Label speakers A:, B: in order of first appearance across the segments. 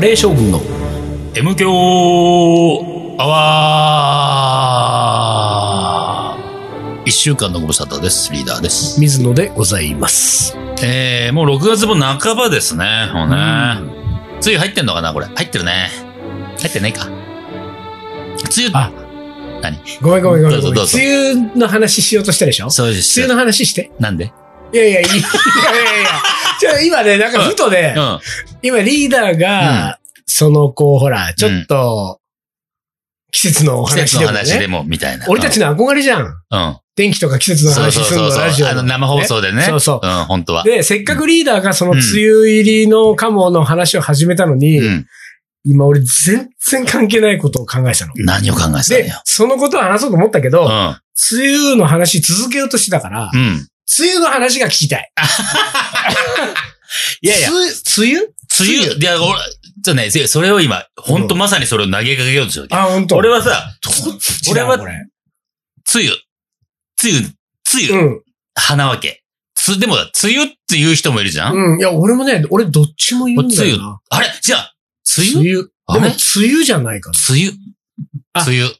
A: レー将軍の
B: M 強アワー一週間のご無沙汰です。リーダーです。
A: 水野でございます。
B: えー、もう6月も半ばですね。もうね。梅雨入ってんのかなこれ。入ってるね。入ってないか。梅雨、
A: あごめんごめんごめんごめん。
B: どうぞどうぞ
A: 梅雨の話しようとしたでしょ梅
B: そうです。
A: 雨の話して。
B: なんで
A: いや いや、いいいやいやいや。ちょ、今ね、なんかふとね
B: う、ん。
A: 今リーダーが、その、こう、ほら、ちょっと、季節のお
B: 季
A: 話
B: 節
A: で
B: の
A: も
B: 話で
A: ね。
B: も、みたいな。
A: 俺たち
B: の。
A: の憧れじゃん。
B: うん。
A: 天気とか季節の
B: そう
A: 話
B: そう
A: する
B: そう
A: の、ラジ
B: そう。
A: オ
B: あの、
A: の。
B: 生放送でね。
A: そうそう
B: うん、本当は。
A: で、せっかくリーダーがその梅雨入りのカモの話を始めたのに、
B: うん。
A: 今俺全然関係ないことを考えてたの。
B: 何を考えてたん
A: で
B: だよ、
A: そのことを話そうと思ったけど、
B: うん。
A: 梅雨の話続けようとしてたから、
B: うん。
A: 梅雨の話が聞きたい。
B: いやいや、
A: 梅雨梅
B: 梅雨、いや、俺、じゃね、せそれを今、本当
A: う
B: まさにそれを投げかけようとしてるわけ。
A: あ、本当。
B: 俺はさ、
A: どっち
B: 俺
A: だ、
B: は
A: これ。
B: 梅雨、梅雨、梅
A: う
B: 雨、
A: ん。
B: 花わけ。つ、でもだ、梅雨っていう人もいるじゃん、
A: うん。いや、俺もね、俺どっちも言うんだよな。
B: あれじゃあ、梅雨
A: 梅雨。
B: あ
A: で
B: れ
A: も、梅雨じゃないかな。
B: 梅
A: あ
B: 雨、梅雨、
A: 梅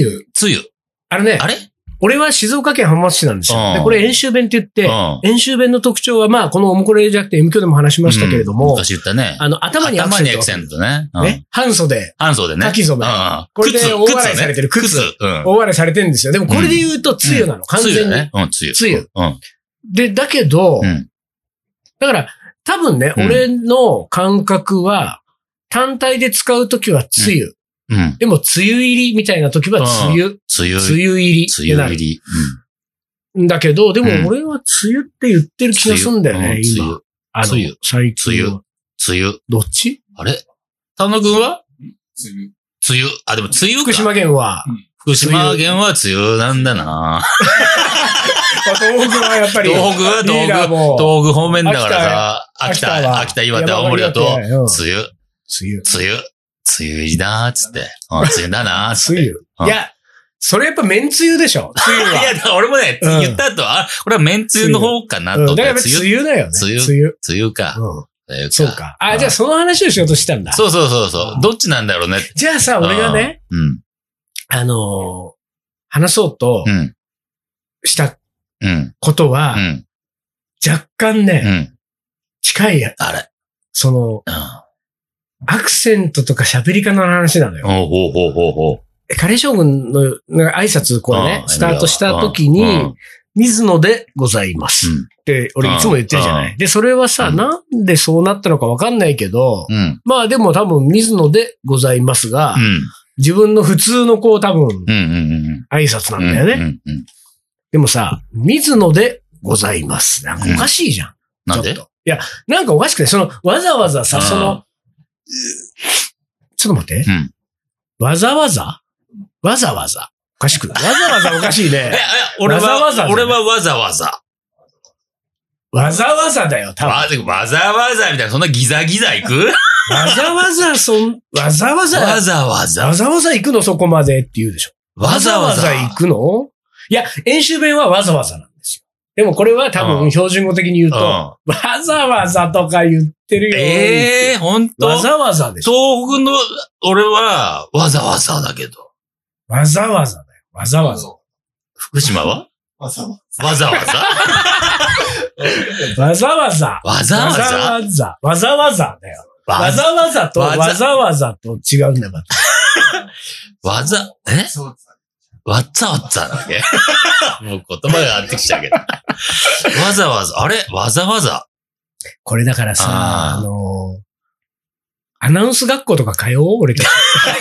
A: 雨。
B: 梅雨。
A: あれね
B: あ、れ
A: 俺は静岡県浜松市なんですよ。
B: うん
A: で、これ演習弁って言って、
B: うん。
A: 演習弁の特徴は、まあ、このオムコレじゃなくて M 教でも話しましたけれど
B: うん
A: も、
B: 昔言ったね。
A: あの、頭にアク
B: 頭
A: セン
B: に
A: ト。
B: アクセントね。うん、
A: ね。半袖、
B: 半袖ね。
A: 書き初め
B: うんうん。
A: これで
B: 靴
A: 大笑いされてる
B: 靴
A: 靴
B: ね。靴。うん。
A: 大笑いされてるんですよ。でも、これで言うと、梅雨なの、完全に。
B: 梅雨だね。うん、梅雨。
A: 梅で、だけど、
B: うん。うん。
A: だから、多分ね、
B: うん
A: 俺の感覚は、単体で使うときは梅雨。
B: うん。
A: でも、梅雨入りみたいなときは梅雨。
B: 梅雨。
A: 梅雨入りって
B: 梅
A: な
B: 雨
A: る
B: 入り。
A: んだけど、でも
B: うん
A: 俺は梅雨って言ってる気がすんだよ
B: 梅
A: ね、
B: 雨うん梅
A: 今
B: 雨。
A: あの
B: 梅雨、
A: 最近は。
B: 梅雨。梅雨。
A: どっち
B: あれ田野くんは梅雨。あ、でも梅雨か
A: 福島 県は、
B: 福島県は梅雨なんだな
A: 東北はやっぱり、
B: 東北は
A: リ
B: 東
A: ーダー
B: 北。
A: も
B: 東北方面だからさ、
A: 秋
B: 秋
A: 田は
B: 田、秋田、岩手、
A: 山
B: 青
A: 盛
B: 森
A: り
B: だと、梅
A: だって
B: 雨、
A: 梅
B: 梅雨、梅雨入りだーっつって。うん梅雨だなーっつっ
A: 雨。
B: て。
A: 梅雨。いや、それやっぱ麺梅雨でしょ、梅雨
B: い
A: は。
B: や、だから俺もね、
A: うん
B: 言った後、あ、これは麺つゆの方かなと
A: う
B: 思
A: ん
B: っ
A: だ
B: て。
A: から
B: 梅
A: やっぱ
B: 雨、
A: 梅雨だよね。
B: 梅雨
A: 雨。
B: 梅雨か。
A: うん
B: 梅雨か
A: そう。か。
B: う
A: あ、
B: ん
A: じゃあその話をしようとしてたんだ。
B: そうそうそうそう。どっちなんだろうね。
A: じゃあさ、俺がね、
B: うん。
A: あのー話そうと
B: うん。
A: した
B: うん。
A: ことは
B: う、ん。
A: 若干
B: う
A: ね、
B: ん。
A: 近いや、
B: あれ。
A: その、
B: う
A: アクセントとか喋り方の話なのよ。
B: ん。おうほうほうほうほう。
A: えカレー将軍のなんか挨拶、こうね
B: う、ん
A: スタートした時
B: うん
A: に、水野でございます
B: う
A: っ
B: ん
A: て、俺いつも言ってるじゃな
B: う
A: い。
B: ん
A: で、それはさ、
B: うん
A: なんでそうなったのかわかんないけど、
B: うん。
A: まあでも多分水野でございますが
B: う、ん。
A: 自分の普通のこう多
B: う
A: 分
B: ん。うん。うん。
A: 挨拶な
B: うん
A: んだよね。
B: うんうん。
A: でもさ、水野でございます。なんかおかしいじゃん。
B: なんで
A: ちょっといや、なんかおかしくて、その、わざわざさ、
B: うん
A: その、うーちょっと待って。
B: うん
A: わざわざわざわざ。おかしくないわざわざおかしい
B: え、え
A: ね。
B: 俺は、
A: わざわざじゃない
B: 俺はわざわざ。
A: わざわざだよ、多分。
B: わざわざわざみたいな、そんなギザギザ行く
A: わざわざ、そん、わざわざ、
B: わ
A: わ
B: ざわざ。
A: ざわざ行くの、そこまでって言うでしょ。
B: わざわざ
A: 行くのいや、演習弁はわざわざなんですよ。でもこれは多
B: うん
A: 分標準語的に言うと、
B: う
A: わざわざとか言ってる
B: ん
A: よ。
B: ええー、ほんと
A: わざわざでしょ。
B: 東北の、俺は、わざわざだけど。
A: わざわざだよ。わざわざ。
B: 福島は
C: わざわ
B: わざわざ
A: わざわざ。
B: わざわざ
A: わざわざ。わざわざだよ。わ
B: わざ
A: ざわざと
B: わざ
A: わざわざと違うんだよ。また
B: わざ、え
C: ざわざ。
B: わっざわっざだっけもう言葉が合ってきちゃうけど。わざわざ、あれわざわざ。
A: これだからさ、
B: あ
A: あ
B: ー
A: のーアナウンス学校とか通おう俺たち。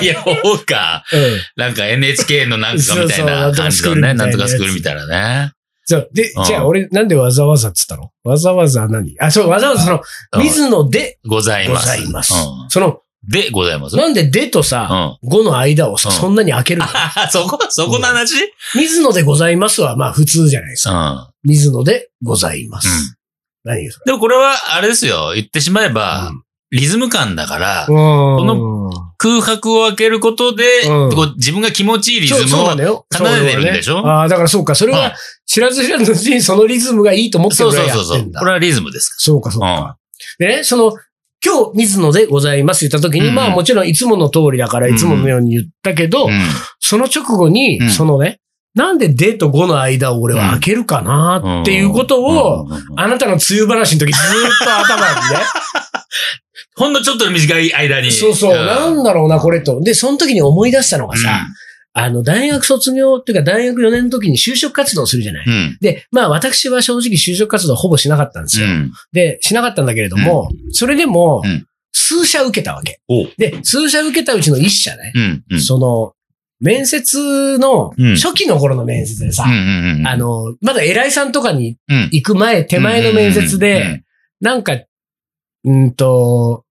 B: いや、そうか。
A: うん。
B: なんか NHK のなんかみたいな感じのね、な
A: そ
B: ん
A: う
B: と
A: そう
B: かスクールみたいなね。
A: そう。で
B: うん、
A: じゃあ俺なんでわざわざっつったのわざわざ何あ、そう、わざわざその、
B: うん
A: 水野で
B: ござい
A: ご
B: ます。
A: ざいます
B: うん。
A: その、
B: でございます。うん。
A: なんででとさ、
B: あ
A: 語の間をさ、
B: うん
A: そんなに開け るの
B: そこ、そこの話うん。
A: 水野でございますはまあ普通じゃないですか。
B: うん
A: 水野でございます。何がそれ
B: でもこれは、あれですよ。言ってしまえば、リズム感だから、
A: こ
B: の空白を開けることで、
A: うん
B: こう自分が気持ちいいリズム
A: そう
B: を
A: な。んだよ
B: 奏でてるんでしょ
A: そう俺はねああ、だからそうか。それ
B: うん
A: は知らず知らずのうちにそのリズムがいいと思って
B: そ
A: る
B: う
A: か
B: そ
A: ら
B: う
A: や
B: そう
A: っ
B: そ
A: て
B: う。こ
A: んだ。
B: れはリズムです
A: そうか、そう
B: か
A: か。でね、その、今日、水野でございます言った時に、
B: うん
A: まあもちろんいつもの通りだから、
B: うん
A: いつものように言ったけど、その直後に、
B: うん
A: そのね、なんでデート5の間を俺は開けるかなっていうことを、
B: うんうんうんうん
A: あなたの梅雨話の時ずーっと頭にね。
B: ほんのちょっとの短 い間に。
A: そうそう、
B: ん
A: なんだろうな、これと。で、その時に思い出したのがさ、あの、大学卒業っていうか、大学4年の時に就職活動をするじゃない。
B: うん。うん。
A: で、まあ私は正直就職活動ほぼしなかったんですよ。
B: うん
A: で、しなかったんだけれども、それでも
B: うん、
A: 数社受けたわけ。
B: おう。
A: で、数社受けたうちの一社ね、
B: うん。うん。
A: その、面接の
B: うん、
A: 初期の頃の面接でさ
B: う、んうんうん。
A: あの、まだ偉いさんとかに
B: うん、
A: 行く前、手前の面接で、なんか、うんと、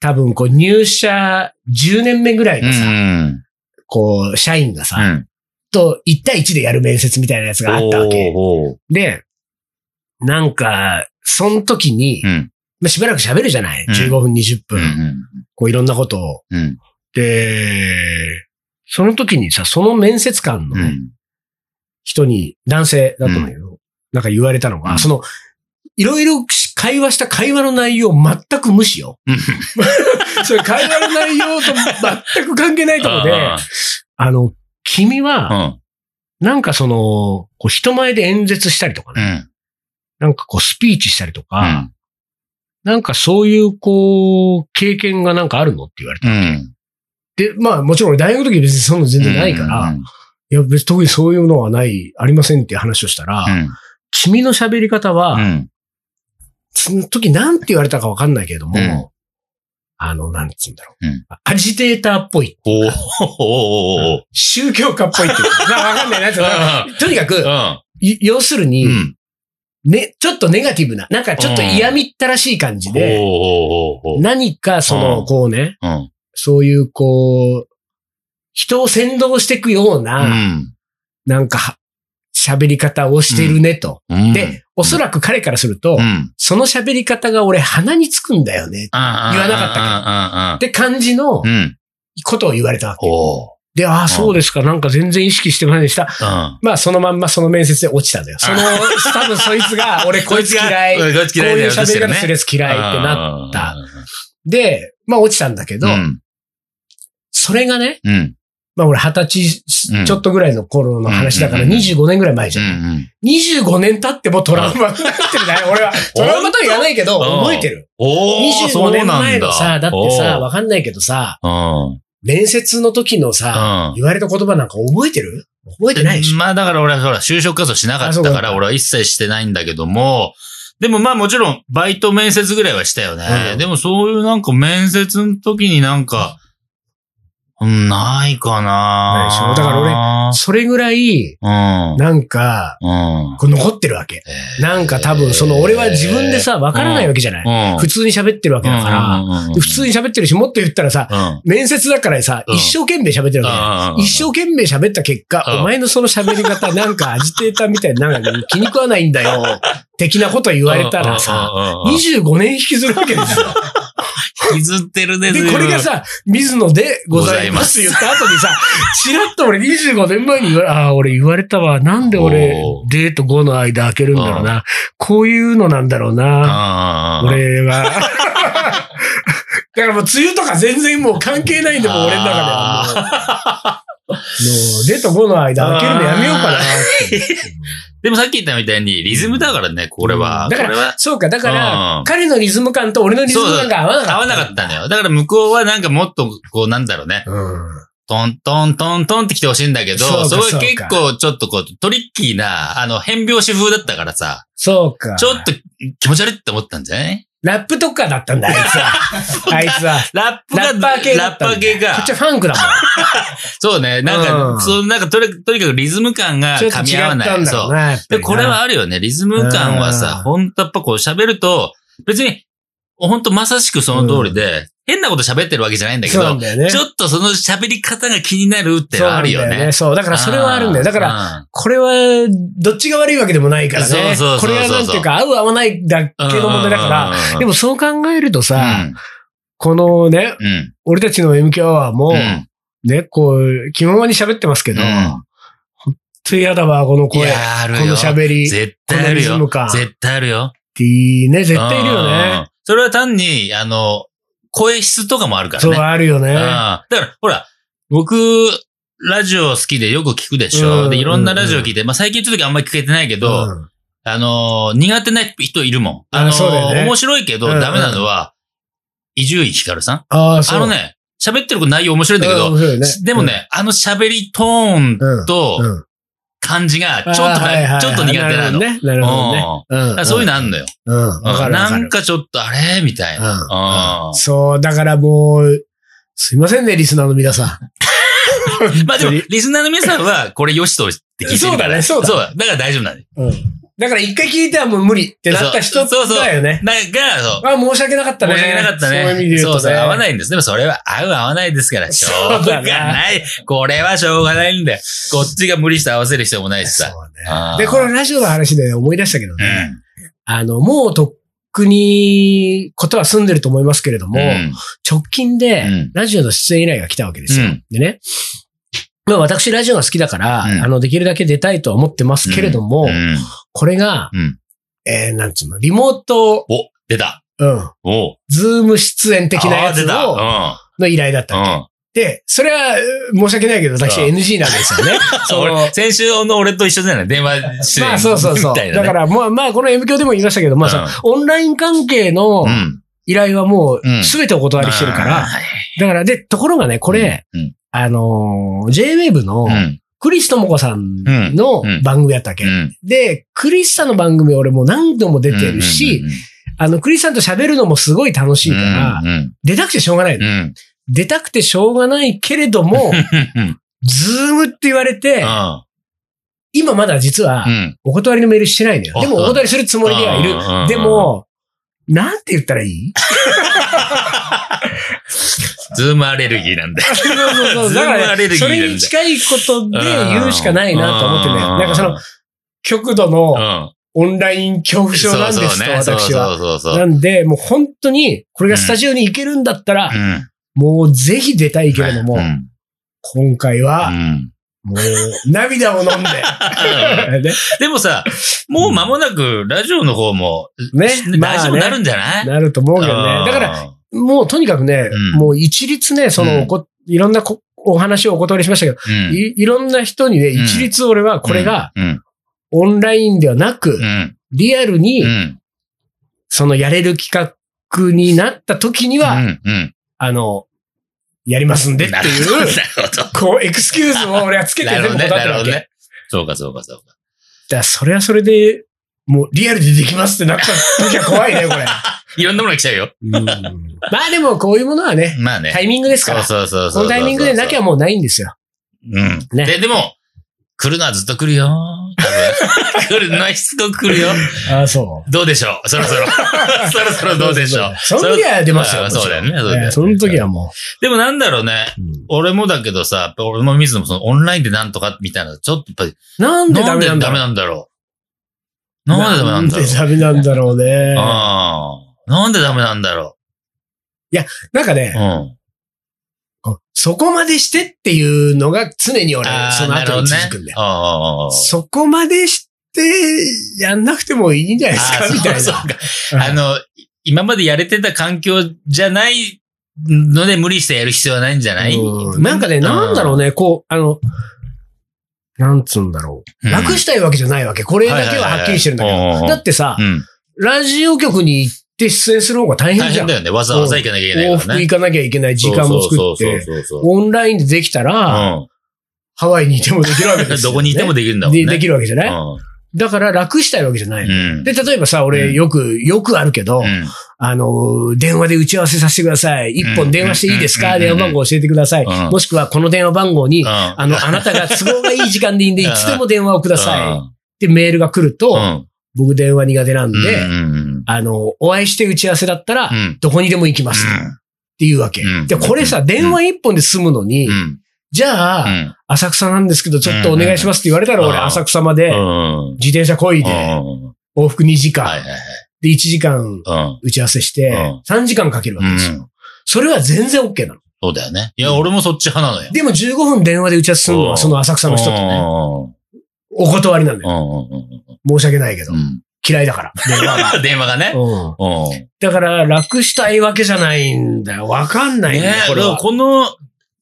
A: 多分こう入社10年目ぐらい
B: うん、う
A: の
B: ん
A: さ、
B: うん
A: こう、社員が
B: う
A: さ、
B: ん。
A: と1対1でやる面接みたいなやつがあったわけ。
B: おう
A: で、なんか、その時に
B: う、ん。
A: まあ、しばらく喋るじゃない
B: うん
A: ?15 分、20
B: うん。う
A: 分。
B: ん
A: こういろんなことを。
B: うん。
A: で、その時にさ、その面接官
B: う
A: の
B: ん。
A: 人に、男性だったんだけど、なんか言われたの
B: う
A: が、
B: ん
A: その、いろいろ会話した会話の内容全く無 視よ。
B: うん
A: それ会話の内容と全く関係ないところで、
B: あ
A: あの、君は、
B: あ
A: なんかその、こう人前で演説したりとか
B: う
A: ね、
B: ん。
A: なんかこうスピーチしたりと
B: う
A: か、
B: ん。
A: なんかそういうこう、経験がなんかあるのって言われて
B: うん。
A: で、まあもちろん俺大学の時別にそんなの全然ないから、
B: うん
A: いや別に特にそういうのはない、ありませんっていう話をしたら、
B: うん。
A: 君の喋り方は、
B: うん。
A: その時なんて言われたかわかんないけれども、
B: うん
A: あの、なんつうんだろう、
B: うん
A: アジテーターっぽい。
B: おうおうおうおう
A: 宗教家っぽいってい うか。まあわかんないなって。とにかく、い要する
B: う
A: に、
B: ん。うん。
A: ね、ちょっとネガティブな、なんかちょっと嫌みったらしい感じで、
B: おうおうおうおう
A: 何かそうの、
B: ん
A: こうね、
B: うん。
A: そういうこう、人を先導していくような、なんかは、喋り方をしてるねと。
B: うん。
A: で、おそらく彼からすると、
B: うん、
A: その喋り方が俺鼻につくんだよね。
B: 言わ
A: なかったけど
B: か
A: って感じの
B: うん。うん。
A: ことを言われたわけ。
B: おう
A: で、ああ、そうですか。なんか全然意識してませんでした。
B: うん。
A: まあ、そのまんまその面接で落ちたんだよ。その、多分そいつ が、俺こいつ嫌い。こ
B: うんこいつ
A: う
B: 嫌いだ
A: いう
B: よ。
A: 喋り方する
B: っ
A: やつ嫌いってなっったて、まあ落ちたんだけど、
B: うん。
A: それがね、
B: うん。
A: まあ俺二
B: う
A: 十
B: ん
A: 歳ちょっとぐらいの頃の話だから
B: うんうんうん
A: 25年ぐらい前じ
B: う
A: ゃん。
B: ん。
A: 25年経ってもトラウマになってるね。俺は。トラウマとは言わないけど、
B: 本当
A: 覚えてる。
B: おー、そ
A: 25
B: うな
A: 年
B: んだ。
A: 前のさ、だってさ、
B: おー
A: わかんないけどさ、
B: うん。うん。
A: 面接の時のさ、言われた言葉なんか覚えてる覚えてないでしょ。
B: まあだから俺はほら、就職活動しなかったか
A: あそう
B: ら、
A: か
B: 俺は一切してないんだけども、でもまあもちろん、バイト面接ぐらいはしたよね。
A: うん
B: でもそういうなんか面接の時になんか、うんないかな
A: ないでしょだからそれぐらい、
B: 俺、
A: なんか、
B: うん。うん。
A: こう残ってるわけ。なんか多分、その俺は自分でさ、わからないわけじゃない。
B: うん、
A: 普通に喋ってるわけだから、
B: ら
A: 普通に喋ってるし、もっと言ったらさ、
B: うん。うん
A: 面接だからさ、
B: うん
A: 一生懸命喋ってるわけじゃない一生懸命喋った結果、
B: うん
A: お前のその喋り方なんかアジテーターみたいな、なんか気に食わないんだよ、的なこと言われたらさ、
B: うん、うんうん
A: 25年引きずるわけですよ。
B: 削ってるね、
A: で、これがさ、水野でございます言った後にさ、ちらっと俺25年前に言われ、ああ、俺言われたわ。なんで俺
B: おー
A: デート5の間開けるんだろうな。こういうのなんだろう
B: うん、
A: な。
B: うんうんうん
A: 俺は。だからもう梅雨とか全然もう関係ないんで、もう俺の中ではもう。もう、デート5の間開けるのやめようかなって
B: でもさっき言ったみたいに、リズムだからね、これは。
A: うんだから
B: これは
A: そうか、だから
B: うん、
A: 彼のリズム感と俺のリズム感が合わなかった。
B: 合わなかったのよ。だから向こうはなんかもっと、こうなんだろうね。
A: うん。
B: トントントントンって来てほしいんだけど、
A: そうか
B: それ
A: そう
B: は
A: か
B: 結構ちょっとこう、トリッキーな、あの、変拍子風だったからさ、
A: そうか。
B: ちょっと気持ち悪いって思ったんじゃない
A: ラップとかだったんだ、あいつ は。あいつは。
B: ラップが、
A: ラッパー系だ
B: ラッ
A: った
B: パ
A: んだ
B: ー系が
A: こっちはファンクだもん。
B: そうね、なん
A: うん
B: か、そう、なんかとにとにかくリズム感が
A: ちょっと
B: 噛み合わ
A: 違っ
B: な
A: たん
B: い。
A: だ
B: そう
A: ろう。な。やっぱ
B: で、
A: りな
B: これはあるよね。リズム感は
A: うん
B: さ、ほんとやっぱこう喋ると、別に、ほんとまさしくその通りで、変なこと喋ってるわけじゃないんだけ
A: そうな
B: ど、
A: んだよね。
B: ちょっとその喋り方が気になるってのはあるよ
A: そうなんだ
B: ね。
A: そう、だからそれはあるんだよ。だから、
B: ら、
A: これは、どっちが悪いわけでもないからね。
B: そうそうそうそう
A: これはなんていうか、合う合わないだけの問題だから。
B: ら
A: でもそう考えるとさ、
B: うん
A: このね、
B: うん。
A: 俺たちの MQ アワーも、
B: うん
A: ね、こう、気ままに喋ってますけど、
B: うん
A: 本当嫌だわ、この
B: い
A: 声。
B: や、あ
A: こ
B: る
A: の
B: よ。
A: 喋り。
B: 絶対ある
A: このリズム
B: よ
A: 感。
B: 絶対あるよ。
A: いいね、絶対いるよね。
B: それは単に、あの、声質とかもあるから
A: そう、
B: ね。
A: あるよね。
B: ああだから、ほら、僕、ラジオ好きでよく聞くでし
A: うんうんう
B: ょ。
A: ん
B: で、いろんなラジオ聞いて、まあ最近ちょっとあんまり聞けてないけど、
A: うん
B: あのー苦手な人いるもん。あのー
A: あそうだよね
B: 面白いけど、
A: うんうん
B: ダメなのは、伊集院光さん。
A: ああ、そう。
B: あのね、喋ってること内容面白いんだけ
A: うん
B: ど、
A: 面白いね
B: でも、ね、あの喋りトーンと
A: うんうん
B: 感じがちょっとか、ちょっと苦手なの。
A: あーはいはいはいるほどね。なるほどね。うん
B: うんそういうのあんのよ。
A: うん、わか
B: うん
A: るわか
B: な
A: る
B: んかちょっとあれみたいな。
A: う
B: う
A: ん
B: ん
A: そう、だからもう、すいませんね、リスナーの皆さん。
B: まあでも、
A: 本
B: リスナーの皆さんは、これよしとして聞いてるから
A: そうだねそうだ
B: そうだ。だから大丈夫なんだよ。
A: 当にうん。だから一回聞いてはもう無理ってなった人
B: そうそうそう
A: だよね。
B: だから、そう。
A: あ、申し訳なかったね。
B: 申し訳なかったね。
A: そういう意味で言うと、ね。。
B: そうそう、合わないいんです。でもそれは合う合わないですから、しょう
A: そう
B: が
A: だな
B: ない。これはしょうがないんだよ。こっちが無理して合わせる必要もないし
A: そう
B: さ。あ
A: ね。
B: ー
A: で、これラジオの話で思い出したけど
B: う
A: ね。
B: ん。
A: あの、もうとっくに、ことは済んでると思いますけれども、
B: うん
A: 直近で
B: うん、
A: ラジオの出演依頼が来たわけですよ。
B: うん
A: でね。まあ私ラジオが好きだから、
B: うん
A: あの、できるだけ出たいとは思ってますけれども、
B: うん
A: これが、
B: うん
A: えー、なんつうの、リモート、
B: お、出た。
A: うん、
B: おう。
A: ズーム出演的なやつ
B: あー
A: のの依頼だっ
B: 出
A: た。
B: た。うん。うん。
A: で、それは、う申し訳ないけど、私
B: うん
A: NG なんです よね。その
B: 俺先週の俺と一緒じゃない電話して
A: まあそうそうそう。
B: みたいな
A: だ
B: ね。
A: から、まあまあ、この M 響でも言いましたけど、まあさ、オンライン関係の
B: うん。
A: 依頼はも
B: うん
A: う、すべてお断りしてるから、
B: はい
A: だから、で、ところがね、これ、
B: うん、
A: あのー、JWAVE の
B: う、ん。
A: クリスともこさんの
B: うんうん
A: 番組やったわけ
B: う。ん。
A: で、クリスさんの番組俺も何度も出てるし、
B: うん、
A: あの、クリスさんと喋るのもすごい楽しいから、
B: うんうん
A: 出たくてしょうがないの、
B: うん。
A: 出たくてしょうがないけれども、
B: うん。うん。
A: ズームって言われて、今まだ実は
B: うん。
A: お断りのメールしてないのよ。
B: あ
A: でもお断りするつもりで
B: うんうんうん
A: は
B: うん
A: いる。でも、なんて言ったらいい
B: ズームアレルギーなん だよ。
A: そうそうそう
B: ズー
A: だ
B: ム
A: か
B: ア
A: ら
B: レル
A: ね、
B: ギー
A: そ
B: なんだ
A: れに近いことで言うしかないなと思ってね。
B: う
A: なんかその、、極度の
B: うん。
A: オンライン恐怖症なんですと、
B: そうそうね
A: 私
B: そ
A: は。
B: うそうそう。
A: なんで、もう本当に、これがスタジオに行けるんだったら、
B: うん
A: もうぜひ出たいけれども、
B: うん
A: 今回
B: う
A: は、
B: ん
A: もう、涙を飲 んで。ね
B: でもさ、もう間もなく、ラジオの方も、
A: ね
B: 大丈夫になるんじゃない
A: なると思うけど
B: うん
A: ね。だから、もうとにかくね、
B: うん
A: もう一律ね、その、
B: うん
A: こいろんなこお話をお断りしましたけど、
B: うん
A: いいろんな人にね、
B: ん
A: 一律俺はこれが、
B: うん、
A: オンラインではなく、
B: うん、
A: リアルに
B: う、ん。
A: そのやれる企画になった時には、
B: うん、うん。
A: あの、やりますんでって
B: なる
A: い
B: ほどなる
A: う、
B: ほど。
A: こう、エクスキューズを俺はつけて
B: な
A: 全
B: る
A: 部
B: ほど
A: 断
B: ね、な
A: ってる
B: る
A: わ
B: ほ
A: け。
B: ど
A: だか
B: ね。そうか、そうか、そうか。
A: らそれはそれで、もうリアルでできますってなった時は怖いね、こ れ。
B: いろんなものが来ちゃうよ。
A: うんまあでもこういうものはね、
B: まあね。
A: タイミングですから。
B: そうそうそうそう。
A: このタイミングでなきゃもうないんですよ。
B: うん。
A: ね
B: で、でも、来るのはずっと来るよ。多分 来るのはしつこく来るよ。
A: ああ、そう。
B: どうでしょうそろそ ろ。そろそろどうでしょう
A: その時は出ますよ。
B: そそうだよね
A: もちろ
B: そうんだよね
A: ええその時はも
B: でもなんだろうね。
A: う。
B: 俺もだけどさ、やっぱ俺も水野もそのオンラインでなんとかみたいな、ちょっとやっ
A: なん
B: ぱ
A: で
B: り、な
A: ダ
B: ん
A: メ
B: で
A: なん
B: ダ
A: だ
B: メ
A: ろ
B: なんだろう。
A: う。
B: なんでダメなんだろう。
A: なんでダメなんだろうね。
B: ああ。なんでダメなんだろ
A: なんか
B: う。う
A: ね、
B: ん。
A: そこまでしてっていうのが常に俺
B: あ、
A: そ
B: あ、
A: の
B: なる
A: 後
B: ほど
A: に
B: ね
A: 続くんだ。よ。
B: ああ。
A: そこまでして、やんなくてもいいんじゃないです
B: あ
A: かみたい
B: そう
A: な
B: そう。かあの、今までやれてた環境じゃないので無理してやる必要はないんじゃない
A: うんなんかね、なんだろう
B: ね。
A: ね、こう、あの、なんつうんだろ
B: う
A: う。
B: ん
A: 楽したいわけじゃないわけ。これだけははっきりしてるんだけ
B: はいはいはいはい
A: ど。だってさ
B: う、ん。
A: ラジオ局に行って出演する方が大変
B: 大
A: じゃ
B: 変
A: ん
B: だ。よね。わざわざ行かなきゃいけない
A: 往
B: から
A: 復
B: ね
A: 行。かなきゃいけない時間も作っ
B: そうそうそ
A: て、
B: うそうそう。
A: オンラインでできたら、ハワイにいてもできるわけ
B: う
A: で
B: ん。
A: す
B: ど
A: よ、ね。
B: こにいてもできるんだもんね。
A: でできるわけじゃない、
B: う
A: だから楽したいわけじゃないの、
B: ん。
A: で、例えばさ、
B: うん
A: 俺よく、よくあるけど、
B: うん
A: あの、電話で打ち合わせさせてください。一
B: うん
A: 本電話していいですか、
B: うん
A: 電話番号教えてください、
B: うん
A: もしくはこの電話番号に、あの、あなたが都合がいい時間でいいんで、
B: う
A: い
B: ん
A: つでも電話をください。っ
B: い。
A: てメールが来ると、
B: うん。
A: 僕電話苦手なんで、
B: うん。
A: あの、お会いして打ち合わせだったら、
B: うん。
A: どこにでも行きます。っていうわけ
B: う。ん
A: で、これさ、電話一本で済むのに
B: う、ん。
A: じゃあ、
B: うん。
A: 浅草なんですけど、ちょっとお願いしますって言われたら、
B: うん
A: 俺、浅草まで
B: う、ん。
A: 自転車こいで、往復2時
B: はいはい
A: 間、
B: はい。
A: で、1時間
B: うん。
A: 打ち合わせして
B: うん、
A: 3時間かけるわけです
B: う
A: よ。それは全然 OK なの。
B: そうだよね。いや、俺もそっち派なのよ。
A: でも15分電話で打ち合わせするの
B: うん
A: は、その浅草の人とね、お断りなんだよ。
B: うん。
A: 申し訳ないけど
B: う。ん。
A: 嫌いだから。電 話
B: 電話がね。
A: が。うん。
B: うん。
A: だから、楽したいわけじゃないんだよ。わかんないんだよ
B: ね、
A: こ
B: こ
A: れは。
B: この、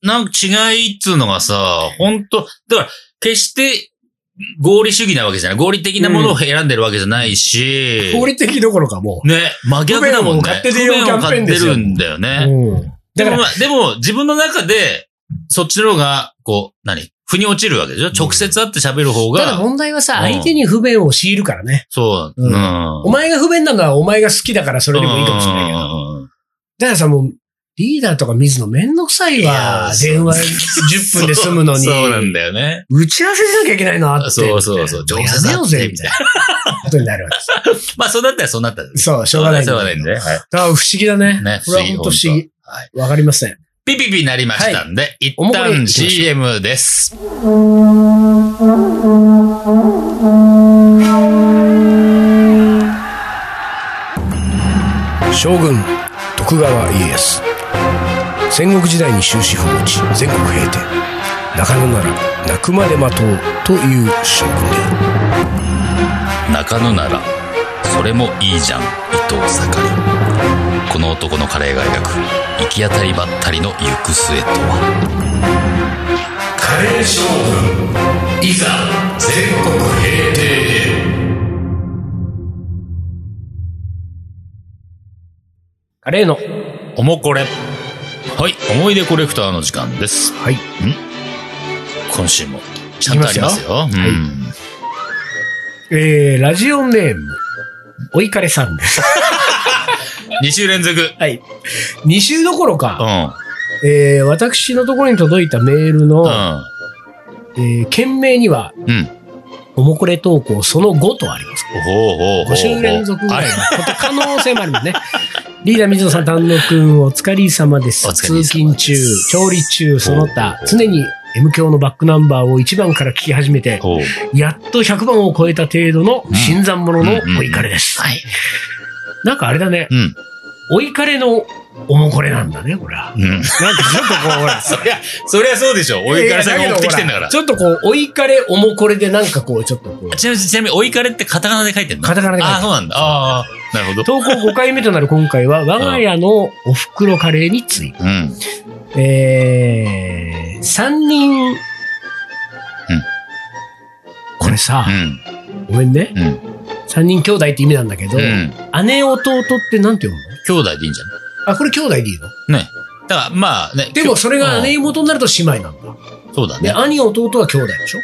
B: なんか違いっつうのがさ、本当だから、決して合理主義なわけじゃない。合理的なものを選んでるわけじゃないし、
A: 合理的どころかも
B: ね、真逆だもんね。
A: 不便を買って出よう
B: 不便を買ってるんだよ
A: う。
B: ね。
A: うん。だ
B: で
A: か
B: も
A: ら、
B: まあ、でも、自分の中で、そっちの方が、こう、何腑に落ちるわけでしょ直接会って喋る方
A: ただ
B: が、
A: 問題はさ、
B: うん
A: 相手に不便を強いるからね。
B: そう、
A: う
B: うんん。
A: お前が不便なのはお前が好きだからそれでもいいかもしれないけど。
B: うん
A: だからさ、もう、リーダーとか水野めんどくさい
B: い
A: わ
B: や。ー
A: 電話10分で済むのに。
B: そうそうなんだよね。
A: 打ち合わせしなきゃいけないなって。
B: そうそうそう
A: やめようぜ、みたいなことになるわけで
B: まあ、そうなったらそうなったら。
A: す。そう、しょうがない。
B: しょうがないんでね。はい。
A: だから不思議だね。
B: ね、
A: これは本当不思議。
B: 当。はい。
A: わかりません。
B: ピピピになりましたんで、一
A: おもこれ行
B: 旦
A: きましょう
B: CM です。
A: 将軍、徳川家康。戦国時代に終止符を打ち、全国平定。中野なら、泣くまで待とうという将軍である。
B: 中野なら、それもいいじゃん、伊藤盛り。この男のカレーが描く、行き当たりばったりの行く末とは。
A: カレー将軍、いざ、全国平定カレーの。
B: おもこれ。はい、思い出コレクターの時間です。
A: はい。
B: 今週も、ちゃんとありますよ。うん
A: えー、ラジオネーム、おいかれさんです。
B: 2週連続。
A: はい。2週どころ
B: う
A: か、
B: ん。
A: えー、私のところに届いたメールの、
B: うん。
A: えー、件名には、
B: うん。
A: おもこれ投稿その後とあります。
B: ほうほうほうほう。
A: 5週連続ぐらい
B: あ
A: のこと可能性もあるんですね。リーダー水野さん、丹野くん、お疲れ様です。
B: お疲れ様
A: 通
B: です
A: 勤中、調理中、その他、常に M 響のバックナンバーを1番から聞き始めて、
B: ほう。
A: やっと100番を超えた程度の新参者のお怒れです。
B: はい。
A: なんかあれだね、
B: うん。
A: お怒れのおもこれなんだね、これは。
B: うん。
A: なんかちょっとこう、ほら。
B: そりゃ、そりゃそうでしょ。おいかれさんが送ってきてんだから
A: いやいやけどほ。ちょっとこう、お怒れ、おもこれでなんかこう、ちょっとこう、
B: ちなみに、ちなみに、おいかれってカタカナで書いてんの
A: カタカナで書いてる
B: ああ、そうなんだ。ああ、なるほど。
A: 投稿5回目となる今回は、我が家のお袋カレーについて、
B: うん。
A: えー、3人、これさ
B: う、ん。
A: ごめんね。
B: うん。
A: 3人兄弟って意味なんだけど、
B: うん。
A: 姉弟ってなんて読むの
B: 兄弟でいいんじゃ
A: あ、これ兄弟でいいの
B: ないね。だから、まあね。
A: でもそれが姉
B: うん
A: 妹になると姉妹なんだ。
B: そうだ
A: で、
B: ね。
A: 兄弟は兄弟でしょ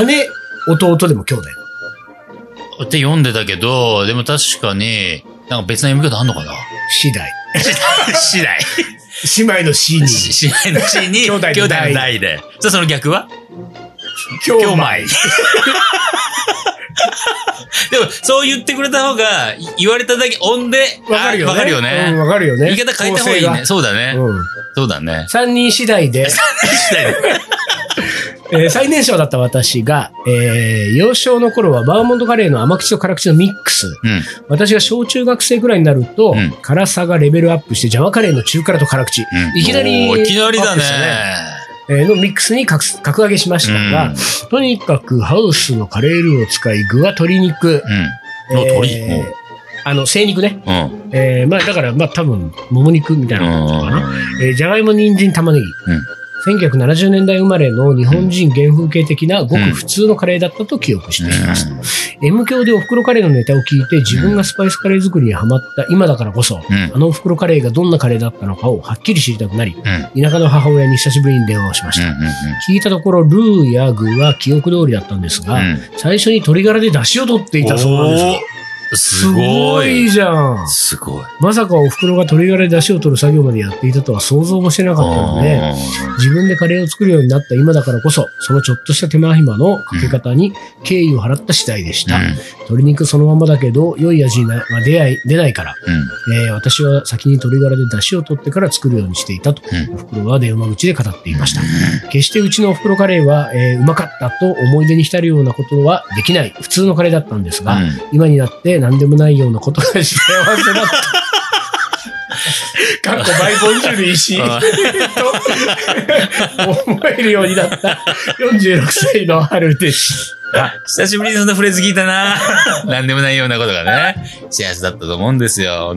B: う
A: 姉弟でも兄弟。
B: ん。って読んでたけど、でも確かに、なんか別の読み方あんのかな
A: 次第。
B: 次第。
A: 姉妹の C に。
B: しないのしに、
A: 兄弟の代
B: 兄弟の代で。じゃあその逆は
A: 兄
B: 兄弟。でも、そう言ってくれた方が、い言われただけ、音で、
A: わかるよね。
B: あわかるよね
A: うん。わかるよね。
B: 言い方変えた方がいいね。そうだね。
A: 構成が。うん。
B: そうだね。
A: 3人次 第で、えー最年少だった私が、えー幼少の頃はバーモントカレーの甘口と辛口のミックス。
B: うん。
A: 私が小中学生ぐらいになると、
B: うん
A: 辛さがレベルアップして、ジャワカレーの中辛と辛口。
B: うん
A: いきなり
B: おーいきなり
A: アッ
B: だ
A: プ
B: ね
A: し。えーのミックスに格す格上げしましたが、とにかくハウスのカレールーを使い、具は鶏肉。
B: うん。うん。お鳥
A: えーあの、精肉ね。
B: うん。
A: えーまあだから、まあ多分、もも肉みたいなことかな。
B: う
A: えーじゃがいも、人参、玉ねぎ。1970年代生まれの日本人原風景的なごく普通のカレーだったと記憶しています。M 教でお袋カレーのネタを聞いて自分がスパイスカレー作りにハマった今だからこそ、
B: ん。
A: あのお袋カレーがどんなカレーだったのかをはっきり知りたくなり、
B: うん。
A: 田舎の母親に久しぶりに電話をしました。聞いたところ、ルーや具は記憶通りだったんですが、
B: うん。
A: 最初に鶏ガラで出汁を取っていたそうなんです。
B: おーすごい。
A: じゃん。
B: すごい。
A: まさかお袋が鶏ガラで出汁を取る作業までやっていたとは想像もしてなかったので、自分でカレーを作るようになった今だからこそ、そのちょっとした手間暇のかけ方に敬意を払った次第でした。鶏肉そのままだけど、良い味になは出ない出ないから、
B: うん。うん。
A: えー私は先に鶏ガラで出汁を取ってから作るようにしていたと、
B: う
A: お袋は電話口で語っていました。決してうちのお袋カレーは、えーうまかったと思い出に浸るようなことはできない、普通のカレーだったんですが、
B: うん
A: 今になって何でもないようなことが幸せだった。 かっこバイコン中で 石
B: あ
A: と思えるようになった46歳の春でし
B: あ、久しぶりにそんなフレーズ聞いたな。 なんでもないようなことがね、幸せだったと思うんですよ。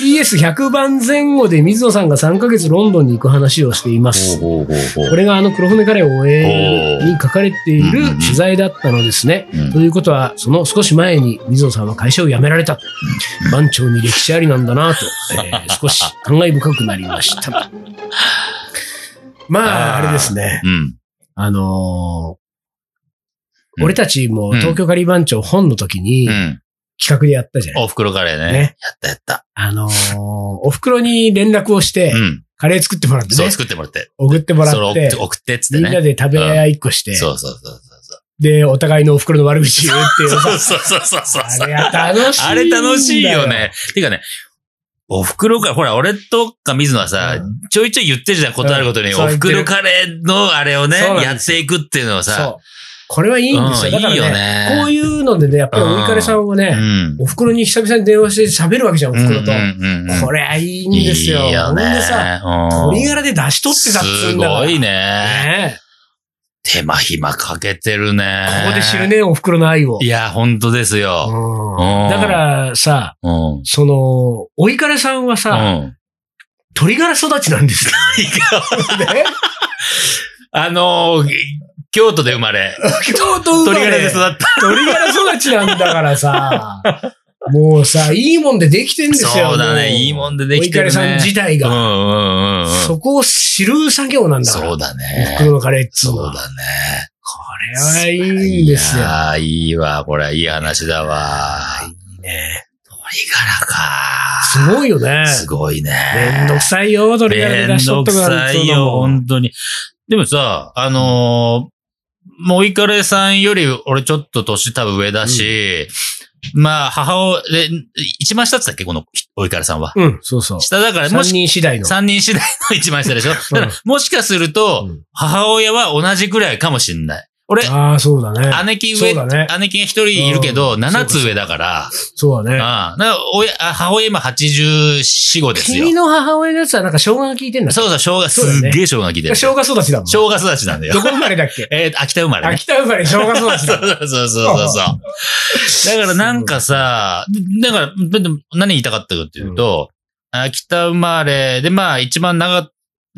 A: PS100 番前後で水野さんが3ヶ月ロンドンに行く話をしています。
B: ほうほうほう
A: これがあの黒船カレーを終えるに書かれている取材だったのですね。
B: うん
A: ということは、その少し前に水野さんは会社を辞められたと。番長に歴史ありなんだなと、え ー少し感慨深くなりました。まあ、
B: あー
A: あれですね。
B: うん。
A: あのー
B: うん
A: 俺たち
B: う
A: も
B: ん
A: 東京カリー番長本の時に
B: うん。
A: 企画でやったじゃない、
B: お袋カレーね。
A: ね
B: やったやった。
A: あのーお袋に連絡をして
B: う、ん。
A: カレー作ってもらって
B: そ
A: ね
B: う、。作ってもらって。
A: 送ってもら
B: それ
A: っ
B: を
A: て、
B: 送ってっつっ
A: み
B: て
A: んな
B: ね。
A: で食べ屋一個して、
B: そうそうそうそう
A: で、お互いのお袋の悪口言うっていうさ。
B: そう。そうそうそうそうそう
A: あ。れは楽しい。
B: あれ楽しいよ。ね。てかね、お袋か、ほら、俺とか水野はさ、
A: う
B: ちょいちょい言ってるじゃん、ことあることに。
A: うん
B: お
A: そう言ってる
B: 袋カレーのあれをね、
A: そうなん
B: や
A: で
B: っていくっていうのは
A: そ
B: さ、
A: う。これはいいんです
B: う
A: よ。
B: ん
A: だか
B: いいよ
A: らね、
B: ね。
A: こういうのでね、やっぱりおいかれさんは
B: う
A: ね、
B: ん。
A: お袋に久々に電話して喋るわけじゃん、お袋と。こ
B: れ
A: れはいいんですよ。
B: いいよ
A: ほん
B: ね。
A: でさ、鶏ガラで出し取ってたっつ
B: す
A: うんだから。
B: ごい
A: ね
B: ね。
A: え。
B: 手間暇かけてるね。
A: ここで知るね、お袋の愛を。
B: いや、本当ですよ。
A: う
B: う
A: ん
B: ん
A: だからさ、
B: うん。うん。
A: その、おいかれさんはさ、鶏ガラ育ちなんですよ。ね
B: あのー、京都で生まれ、
A: 京都生ま
B: 鳥
A: れ
B: 柄で育った。
A: 鳥柄育ちなんだか らさ。もうさ、いいもんでできてんですよ。
B: そうだね。いいもんでできてるね。
A: おいかれさん自体
B: うんう
A: が。
B: んうんうん。
A: そこを知る作業なんだから。
B: そうだ
A: お
B: ね。
A: 袋のカレーっつうの
B: そう
A: は。こ
B: だね。
A: れはいいんですよ
B: い。やーいいわ。これ、いい話だわ。
A: ね
B: 鳥柄か。
A: すごいよね。
B: すごいね。
A: めんどくさいよ、鳥柄で出しとっとく
B: め
A: な
B: んどくさいよ、本当に。でもさ、あのーもういかれさんより俺ちょっと年多分上だし、まあ母親、で一番下って言ったっけこのおいかれさんは。
A: うん、そうそう。
B: 下だから、
A: 三
B: もし、
A: 人次第の。
B: 三人次第の一番下でしょだから、もしかすると、
A: うん
B: 母親は同じくらいかもしんない。俺、
A: ああ、そうだね。
B: 姉貴
A: そ
B: 上、
A: うだね。
B: 姉貴が一人いるけど、
A: うん
B: 七つ上だから、
A: そう
B: うん。だ
A: だね。
B: から親あ母親今84、5ですよ
A: 君。の母親のやつはなんか生姜が効いてんだ。
B: そうそう、生姜、
A: そうだよ
B: す
A: ね
B: っげえ生姜効いてる
A: 生。姜育ちだもん。
B: 生姜育ちなんだよ
A: ど。こ生まれだっけ
B: えー秋田生まれね。
A: 秋田生まれ、生姜育ち
B: そう
A: だ。
B: そうそうそうそう。だからなんかさ、だから、ででも何言いたかったかっていうと、秋田生まれで、まあ一番長、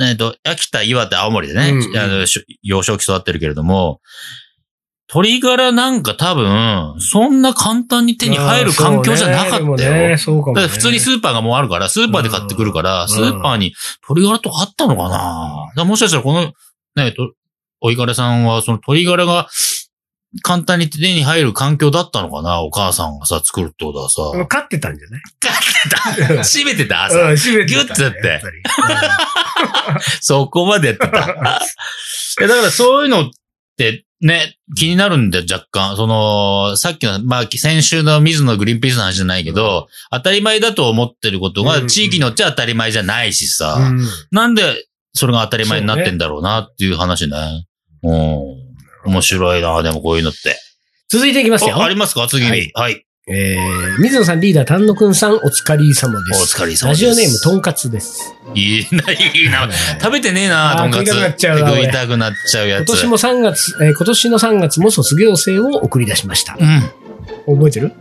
B: えっと、秋田、岩手、青森でね、
A: うんうん
B: あのし幼少期育ってるけれども、鶏ガラなんか多分、そんな簡単に手に入る環境じゃなかった
A: そうねでも
B: よ
A: ね。そうかも、
B: だっ
A: ね。
B: て普通にスーパーがもうあるから、スーパーで買ってくるから、
A: ん
B: スーパーに鶏ガラとかあったのかなだからもしかしたらこの、ね、と、おいかれさんは、その鶏ガラが簡単に手に入る環境だったのかなお母さんがさ、作るってことはさ。
A: 飼ってたんじゃない
B: 閉めてた朝。
A: うん、閉めてた、
B: ギュッてやって
A: やぱりうん
B: そこまでやって た。いやだからそういうのってね、気になるんだよ、若干。その、さっきの、まあ、先週の水野グリーンピースの話じゃないけど、当たり前だと思ってること
A: うん
B: が
A: うん
B: 地域によっちゃ当たり前じゃないしさ。
A: うん
B: なんでそれが当たり前になってんだろうなっていう話ね。うん。面白いな、でもこういうのって。
A: 続いていきますよ
B: あ。ありますか次に。
A: は
B: はいい。
A: えー、水野さんリーダー、丹野くんさん、お疲れ様で
B: お
A: す。
B: 疲れ様です。
A: ラジオネーム、とんかつです。
B: いいな、いいな。食べてねえな、
A: あー
B: とんかつ。
A: 食いたくなっちゃうな
B: 食いたくなっちゃうや
A: 今
B: つ。
A: 年も3月、えー今年の3月も卒業生を送り出しました。
B: うん。
A: 覚えてる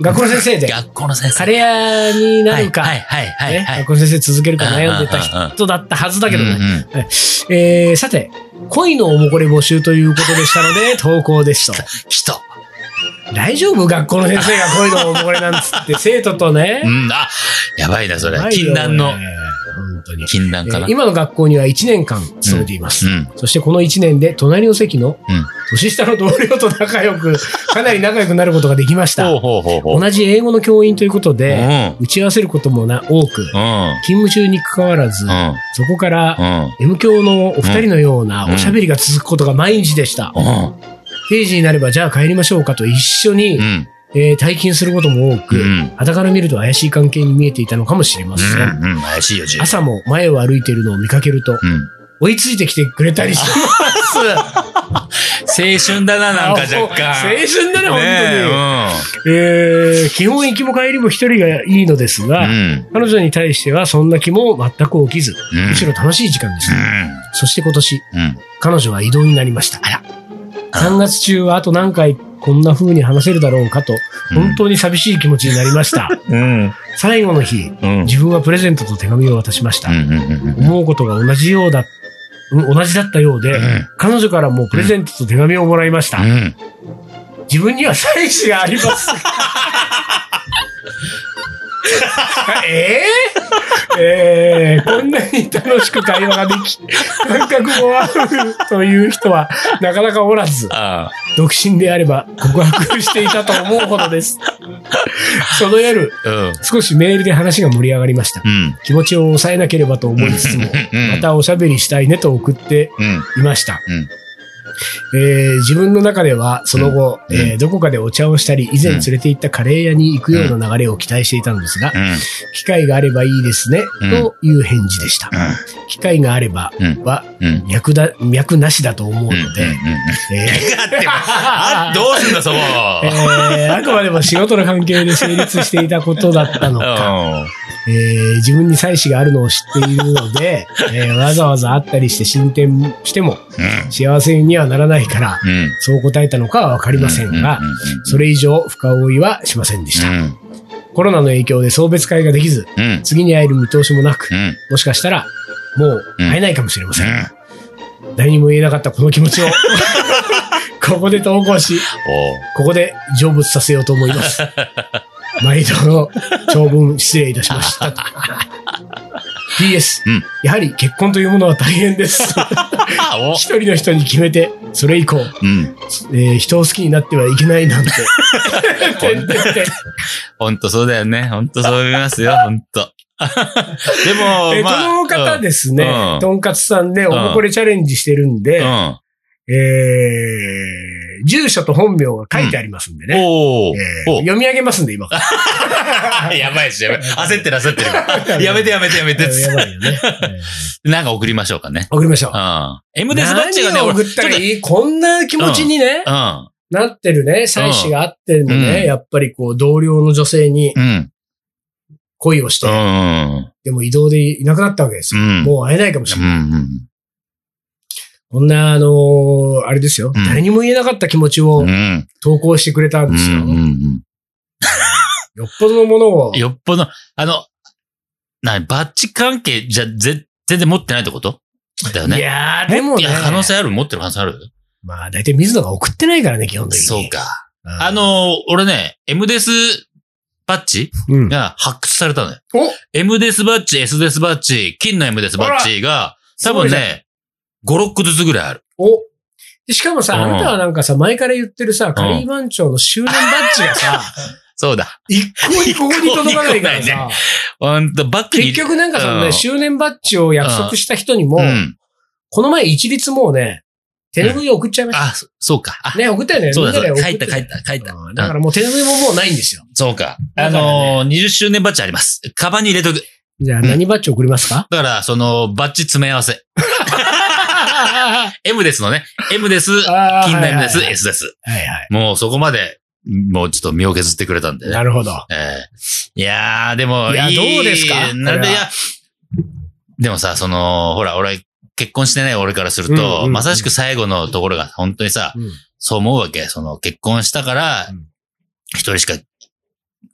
A: 学校の先生で、
B: 学校の先生。
A: カレー屋になるか、
B: はいはいはいはいは
A: ね
B: い。
A: 学校の先生続けるか悩んでた人だったはずだけどね。
B: うんうん
A: えー、さて、恋のおもこれ募集ということでした ので、投稿ですと。
B: 人。
A: 大丈夫学校の先生が恋のおもこれなんつ って、生徒と
B: う
A: ね。
B: ん、あ、やばいな、それ
A: な。いよ
B: 禁断の
A: 本、当に。
B: 禁断か
A: え
B: な。
A: ー今の学校には1年間勤めています。
B: うん。
A: そしてこの1年で隣の席の
B: うん
A: 年下の同僚と仲良く、かなり仲良くなることができました
B: ほう。ほうほうほう。
A: 同じ英語の教員ということ
B: うん。
A: で、打ち合わせることもな多く、
B: うん。
A: 勤務中に関わらず
B: う、ん。
A: そこから
B: うん。
A: M 教のお二人のようなおしゃべりが続くことが毎日でした。
B: うん。
A: 定時になればじゃあ帰りましょうかと一緒に、
B: うん。
A: えー退勤することも多
B: う
A: く、
B: ん。
A: 裸から見ると怪しい関係に見えていたのかもしれません。
B: うん、うん、怪しいよ、自分。
A: 朝も前を歩いているのを見かけると、
B: うん。
A: お追いついてきてくれたりして
B: 青春だな、なんか若干。
A: 青春だね、本当に。
B: ね
A: えー基本行きも帰りも一人がいいのです
B: え
A: が、
B: うん。
A: 彼女に対してはそんな気も全く起きず、
B: うん。
A: むしろ楽しい時間でした。そして今年、
B: うん。うん。
A: 彼女は異動になりました。
B: あら
A: 3月中はあと何回こんな風に話せるだろうかと、本当に寂しい気持ちになり ました。
B: うん。
A: 最後の日、
B: うん。
A: 自分はプレゼントと手紙を渡しました。
B: うんうんうんうん
A: 思うことが同じようだ、うん同じだったようで、
B: うん
A: 彼女からもプレゼントと手紙をもらいました。
B: うん。
A: 自分には妻子があります。 えー、えー、こんなに楽しく会話ができ、感覚もあるという人はなかなかおらず、
B: ああ。
A: 独身であれば告白していたと思うほどです。 その夜、
B: うん。
A: 少しメールで話が盛り上がりました。
B: うん。
A: 気持ちを抑えなければと思いつつも、
B: うん
A: またおしゃべりしたいねと送って
B: うん。
A: いました。
B: うん
A: えー自分の中ではその後、
B: うん
A: えーどこかでお茶をしたり、以前連れて行ったカレー屋に行くような流れを期待していたのですが、
B: うん。
A: 機会があればいいですね、
B: うん
A: という返事でした。
B: う
A: 機会があれば
B: うん
A: は
B: ん。うん。
A: 脈だ、脈なしだと思うの
B: うん。う
A: で、
B: ん。
A: えー
B: あ、どうすんだ、そこ。
A: えーあくまでも仕事の関係で成立していたことだったのか、えー自分に妻子があるのを知っているので、えーわざわざ会ったりして進展しても
B: うん。
A: 幸せにはならないから、
B: うん。
A: そう答えたのかはわかりませんが、それ以上深追いはしませんでした。
B: うん。
A: コロナの影響で送別会ができず、
B: うん。
A: 次に会える見通しもなく
B: う、ん。
A: もしかしたら、もう会えないかもしれません。
B: うん。
A: 誰にも言えなかったこの気持 ちを、ここで投稿し、
B: おう。
A: ここで成仏させようと思います。毎度の長文失礼いたしました。PS、
B: うん
A: やはり結婚というものは大変 です。
B: あお。
A: 一人の人に決めて、それ以降、
B: うん。
A: えー人を好きになってはいけない なんて。てんてんてん
B: ほんとそうだよね。ほんとそう思いますよ。ほんと。 で
A: え
B: も、まあ。
A: この方ですね、
B: うん
A: とんかつさんでおもこれチャレンジしてるんで、
B: うん。
A: えー、住所と本名が書いてありますんでね。
B: おお
A: えー読み上げますんで、今から。
B: やばい し、やばい。焦ってる、焦ってる。やめて、やめて、やめて。
A: やばいよ ね。えー
B: なんか送りましょうかね。
A: 送りましょう
B: う。ん。M デスバッチがね、
A: 何を送
B: 俺
A: っ
B: ち
A: た
B: ょっ
A: ら
B: と、
A: いいこんな気持ちにね、
B: うん。
A: なってるね、妻子があってもね、
B: うん
A: やっぱりこう、同僚の女性に
B: うん。
A: 恋をして、
B: うん。
A: でも移動でいなくなったわけですよ。
B: うん
A: もう会えないかもしれ
B: う
A: ない。
B: ん。
A: こんな、あのーあれですよ、
B: うん
A: 誰にも言えなかった気持ちを
B: うん。
A: 投稿してくれたん
B: う
A: ですよ。
B: ん。
A: よっぽどのものを、
B: よっぽど、あの、なに、バッチ関係じゃ、ぜ、全然持ってないってことだよ
A: い
B: ね。
A: やー、でも
B: い
A: ね
B: や、、可能性ある持ってる可能性ある
A: まあ、大体水野が送ってないからね、基本的に。
B: そうか。
A: うん。
B: あの、俺ね、M デスバッチ
A: うん、
B: が発掘されたのよ。
A: お
B: M デスバッチ、S デスバッチ、金の M デスバッチが、
A: ら
B: 多分ね、5、6ずつぐらいある。
A: おでしかもさ、
B: うん
A: あなたはなんかさ、前から言ってるさ、カリー番長の周年バッジがさ、
B: そうだ。
A: 一向にここに届かないからさ、
B: ほんと、バックに。
A: 結局なんかその
B: う
A: ね、
B: ん
A: 周年バッジを約束した人にも
B: う、ん。
A: この前一律もうね、手拭い送っちゃいまし
B: あ、そそうか。あ
A: た。、ね、送ったよね。
B: そうだ、
A: みん
B: そ
A: な
B: う
A: で
B: だ。
A: 送
B: 書
A: っ
B: い
A: て
B: た、書いた、書いた。
A: うんだからもう手拭いももうないんですよ。
B: そうか。あ
A: だからね
B: のー、20周年バッジあります。カバンに入れとく。
A: じゃあ
B: うん
A: 何バッジ送りますか
B: だから、その、バッチ詰め合わ せ。M ですのね。M です。
A: あー
B: 金の M です。
A: はいはい
B: S です。
A: はいはい。
B: もうそこまで、もうちょっと身を削ってくれたんでね
A: な。るほど。
B: ええいやー、でも、
A: いやどうですか
B: なん
A: こ
B: で、
A: れはい
B: や、でもさ、その、ほら、俺、結婚してない俺からする
A: うんうん
B: と、
A: うん
B: まさしく最後のところが、本当にさ、
A: うん
B: そう思うわけ。その、結婚したから
A: うん、
B: 一人しか、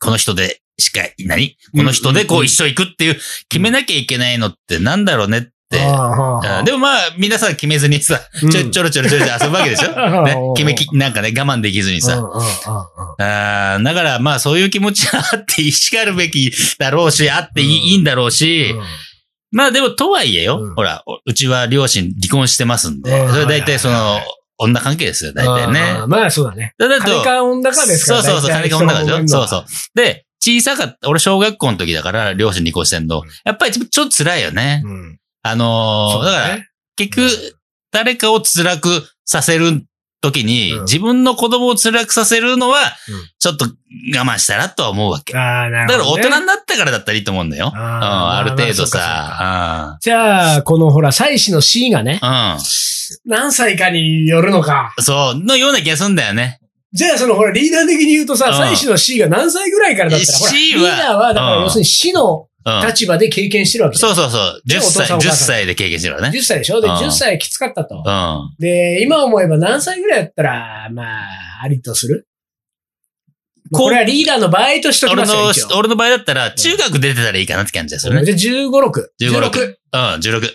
B: この人でしか、何この人でこ
A: うんうんう
B: うん一緒行くっていう、決めなきゃいけないのってなんだろうねって。
A: あーはー
B: う
A: は
B: ん
A: ー
B: でもまあ、皆さん決めずにさ、
A: うん
B: ちょ、ちょろちょろちょろちょろ遊ぶわけで しょね
A: うん、
B: 決めき、なんかね、我慢できずにさ
A: うん。うんうんうん
B: あーだから、まあ、そういう気持ちがあって、しかるべきだろうし、あっていい,、
A: うん
B: ん、だろうし、まあ、でも、とはいえよ、
A: うん
B: ほら、おうちは両親離婚してますんで、
A: うん
B: それ大体その、
A: はいはいはい
B: 女関係ですよ、大体
A: あー
B: ね。
A: まあそうだね。
B: だだ
A: 金か女かですか
B: そ
A: ら
B: うそうそう、金
A: 大体
B: か女かでしょ
A: 人
B: そ
A: が
B: うそう。で、小さかった、俺小学校の時だから、両親離婚してんの
A: うん、
B: やっぱりちょっと辛いよね。
A: うん
B: あのー
A: そう
B: だ
A: だ
B: から
A: ね、
B: 結局、誰かを辛くさせる時に、
A: うん
B: 自分の子供を辛くさせるのは
A: ん、
B: ちょっと我慢したらとは思うわけ。
A: ああ、
B: だ
A: なる
B: か
A: ほ
B: ら大
A: ど、ね。
B: 人になったからだったらいいと思うんだよ。う
A: あー
B: ん、
A: まあ
B: ある程度
A: ま
B: さ。
A: じゃあ、このほら、妻子の C がね、
B: うん。うん
A: 何歳かによるのか。
B: そう、のような気がするんだよね。
A: じゃあ、そのほら、リーダー的に言うとさ、
B: うん
A: 妻子の C が何歳ぐらいからだったら、ほら、リ
B: C
A: ー
B: は
A: ダーは、だか
B: う
A: ら
B: ん
A: 要するに死の
B: うん。
A: 立場で経験してるわけ。
B: そうそうそう。
A: で
B: 10
A: お父さ
B: 歳、
A: んお
B: 10
A: 母さん
B: 歳で経験してるからね。
A: 10歳でしょで、
B: うん
A: 10歳きつかったと。
B: うん。
A: で、今思えば何歳ぐらいだったら、まあ、ありとする
B: こう
A: これはリーダーの場合としとき
B: 俺
A: ますよ、
B: の
A: 一応、
B: 俺の場合だったら、中学出てたらいいかなって感じですよね。
A: じゃあ15、6。
B: 15 6。うん、16。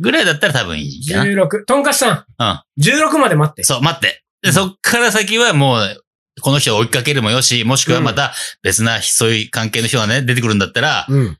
B: ぐらいだったら多分いいかな。
A: 16。とんかつさん。
B: うん
A: 16まで待って。
B: そう、待って。で、そっから先はもう、この人を追いかけるもよし、もしくはまた別な、そういう関係の人がね、出てくるんだったら、
A: うん。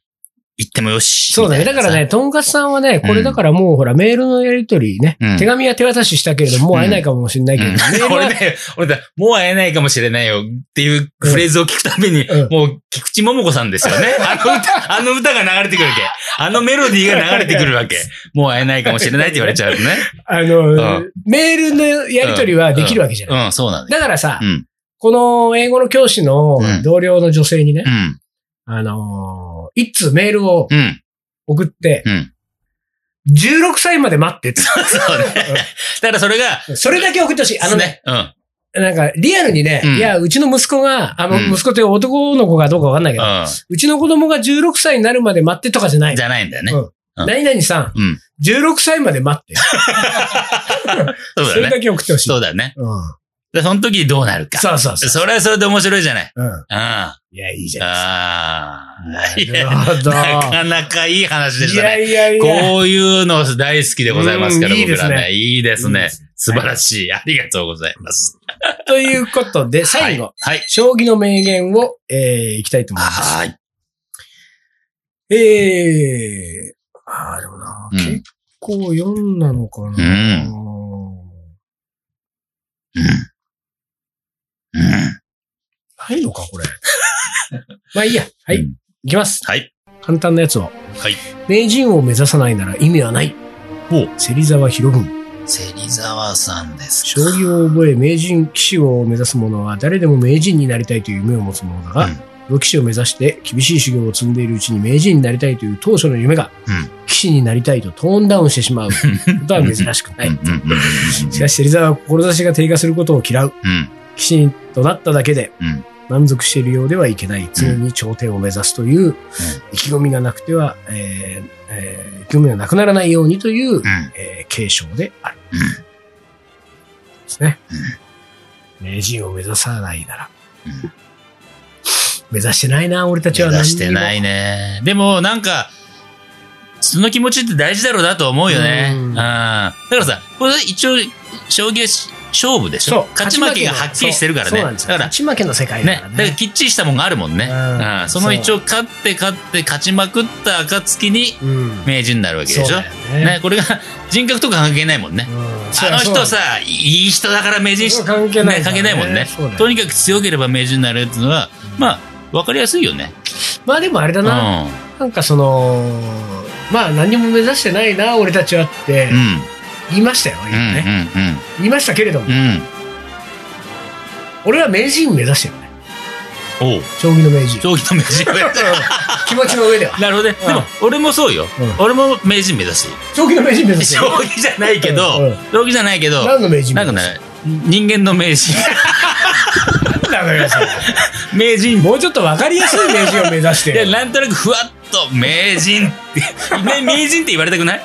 B: 行ってもよし。
A: そうだね。
B: みた
A: だ
B: いな
A: から
B: さ
A: ね、。とんかつさんはね、こ
B: う
A: れ
B: ん
A: だからもうほら、メールのやりとりね、
B: うん
A: 手紙は手渡ししたけれども、もう会えないかもしれないけど、
B: うん
A: メール は
B: 俺ね、俺だ、もう会えないかもしれないよっていうフレーズを聞くために、
A: うん
B: もう菊池桃子さんです よね。あの歌、あの歌が流れてくるわけ。あのメロディーが流れてくる わけ。もう会えないかもしれないって言われちゃうよね。
A: あの、
B: うん
A: メールのやりとりはできるわけじゃない。
B: うん、そうなんだよ。
A: だからさ、
B: うん。
A: この英語の教師の
B: うん
A: 同僚の女性にね、
B: うん。
A: あのー一通メールを
B: うん。
A: 送って、
B: うん。
A: 16歳まで待っ てって。
B: そうね。だからそれが、
A: それだけ送ってほしい。あのね、。
B: うん。
A: なんか、リアルにね、
B: うん
A: いや、うちの息子が、あの、
B: うん
A: 息子って男の子かどうかわかんないけど、
B: う
A: うちの子供が16歳になるまで待ってとかじゃない
B: ん。じ。ゃないんだよね。うん
A: 何々さん、
B: うん。
A: 16歳まで待って。
B: そう
A: そ
B: だよ
A: れ
B: ね。
A: だけ送ってほしい。
B: そうだよね。
A: うん
B: で、その時どうなるか。
A: そうそうそう。
B: それはそれで面白いじゃない。
A: うん。
B: うん。あ
A: いや、いいじゃない
B: あー。い
A: です
B: や
A: か。なるほど。
B: なかなかいい話で
A: い
B: した
A: や
B: ね。
A: いやいや。
B: こういうの大好きでございますから、
A: うんいい
B: 僕
A: ですね
B: らね。いいです
A: いい
B: ね
A: です。
B: 素晴らしい。ありがとうございます。
A: ということで、最後、
B: はい。はい。
A: 将棋の名言を、えー、いきたいと思います。
B: はい。
A: えー、あーでもな、
B: うん
A: 結構4なのかな。
B: うんうん。
A: ないのか、これ。 まあいいや。は
B: う
A: い
B: ん。
A: いきます。
B: はい。
A: 簡単なやつを。
B: はい。
A: 名人を目指さないなら意味はない。
B: ほう。
A: 芹沢博文。
B: 芹沢さんです。
A: 将棋を覚え、名人、騎士を目指す者は誰でも名人になりたいという夢を持つ者だが、
B: うん
A: プロ棋士を目指して厳しい修行を積んでいるうちに名人になりたいという当初の夢が、
B: うん
A: 騎士になりたいとトーンダウンしてしまうことは珍しくな
B: うん
A: い。
B: うんうんうん
A: しかし芹沢は志が低下することを嫌う。
B: うん。
A: 騎士となっただけで
B: うん
A: 満足しているようではいけない。常に頂点を目指すという意気込みがなくては、えーえー意気込みがなくならないようにという
B: う、ん。
A: えー継承である。
B: うん
A: ですね。名人を目指さないなら。
B: うん
A: 目指してないな、俺たち
B: 手
A: は
B: は
A: 何にも。
B: 出してないね。でも、なんか、その気持ちって大事だろうなと思うよね。
A: う
B: うんん。だからさ、これ一応、将棋勝負でし
A: そう
B: ょ。。勝ち負けがはっきりしてるから
A: そう
B: ね。
A: そうな
B: だ
A: んですよ。
B: から
A: 勝、ち負けの世界だ
B: ね
A: から、
B: だから
A: ね。
B: きっちりしたもんがあるもんね。
A: うん
B: うん。その一応、勝って勝って勝ちまくった暁に、
A: うん。
B: 名人になるわけでし
A: そ
B: ょ
A: うだ。よね。
B: ね、これが人格とか関係ないもんね。
A: うんそう
B: あの人
A: そう
B: さ、いい人だから名人し
A: そ、こは関係ない
B: ね
A: か
B: 関
A: ら
B: 係ないもんね
A: そうだよ
B: とにかく強ければ名人になれるっていうのは、まあ、わかりやすいよね。
A: まあでもあれだ
B: うん。う
A: な。なんかその、まあ何も目指してないな、俺たちはって
B: ん。
A: 言いましたよ、
B: うんうん
A: 今ね。言いましたけれども、俺は名人目指してるね。
B: うん。うん。おう。
A: 将棋の名 人。
B: 将棋の名人をやって
A: 気持ちの上で は。
B: なるほどね。でも、俺もそうよ。
A: うん
B: 俺も名人目指し。
A: 将棋の名人目指して
B: 将
A: る。
B: 棋じゃないけ
A: うんう
B: ど
A: ん、
B: 将棋じゃないけど、
A: 何の名人目
B: なんか
A: 指して
B: ね、人間の名 人。
A: るなんだよ、それ
B: 名人。
A: もうちょっとわかりやすい名人を目指し て
B: いや、
A: る。
B: なんとなくふわっと、名人 って、ね名人って言われたくない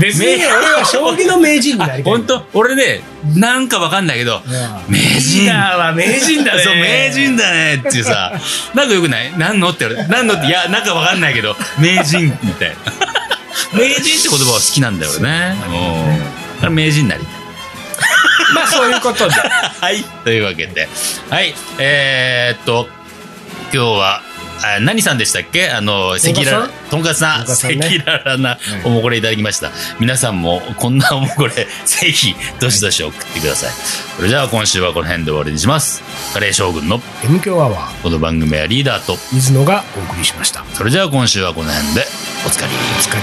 A: 別に俺は将棋の名人になりたい。
B: 本当俺ね、なんかわかんないけど、
A: うん
B: 名
A: リー
B: 人。
A: ダーは名人だね。
B: そう、名人だねっていうさ、 なんかよくない何のって言われて、何のって、いや、なんかわかんないけど、名人みた いな。名人って言葉は好きなんだよね。うん。だから名人になりたい。
A: まあそういうこと で。
B: はい。というわけで。はい。えー、っと、今日は、あ何さんでしたっけあの、赤裸々、とんかつさん、
A: とんかつさん
B: 赤
A: ね
B: 裸々なおもこれいただきました。皆さんもこんなおもこれ、 ぜひ、どしどし送ってください。それじゃあ今週はこの辺で終わりにします。カレー将軍の
A: M 強アワー、
B: この番組はリーダーと、
A: 水野がお送りしました。
B: それじゃあ今週はこの辺で、おつかり。
A: お疲れ。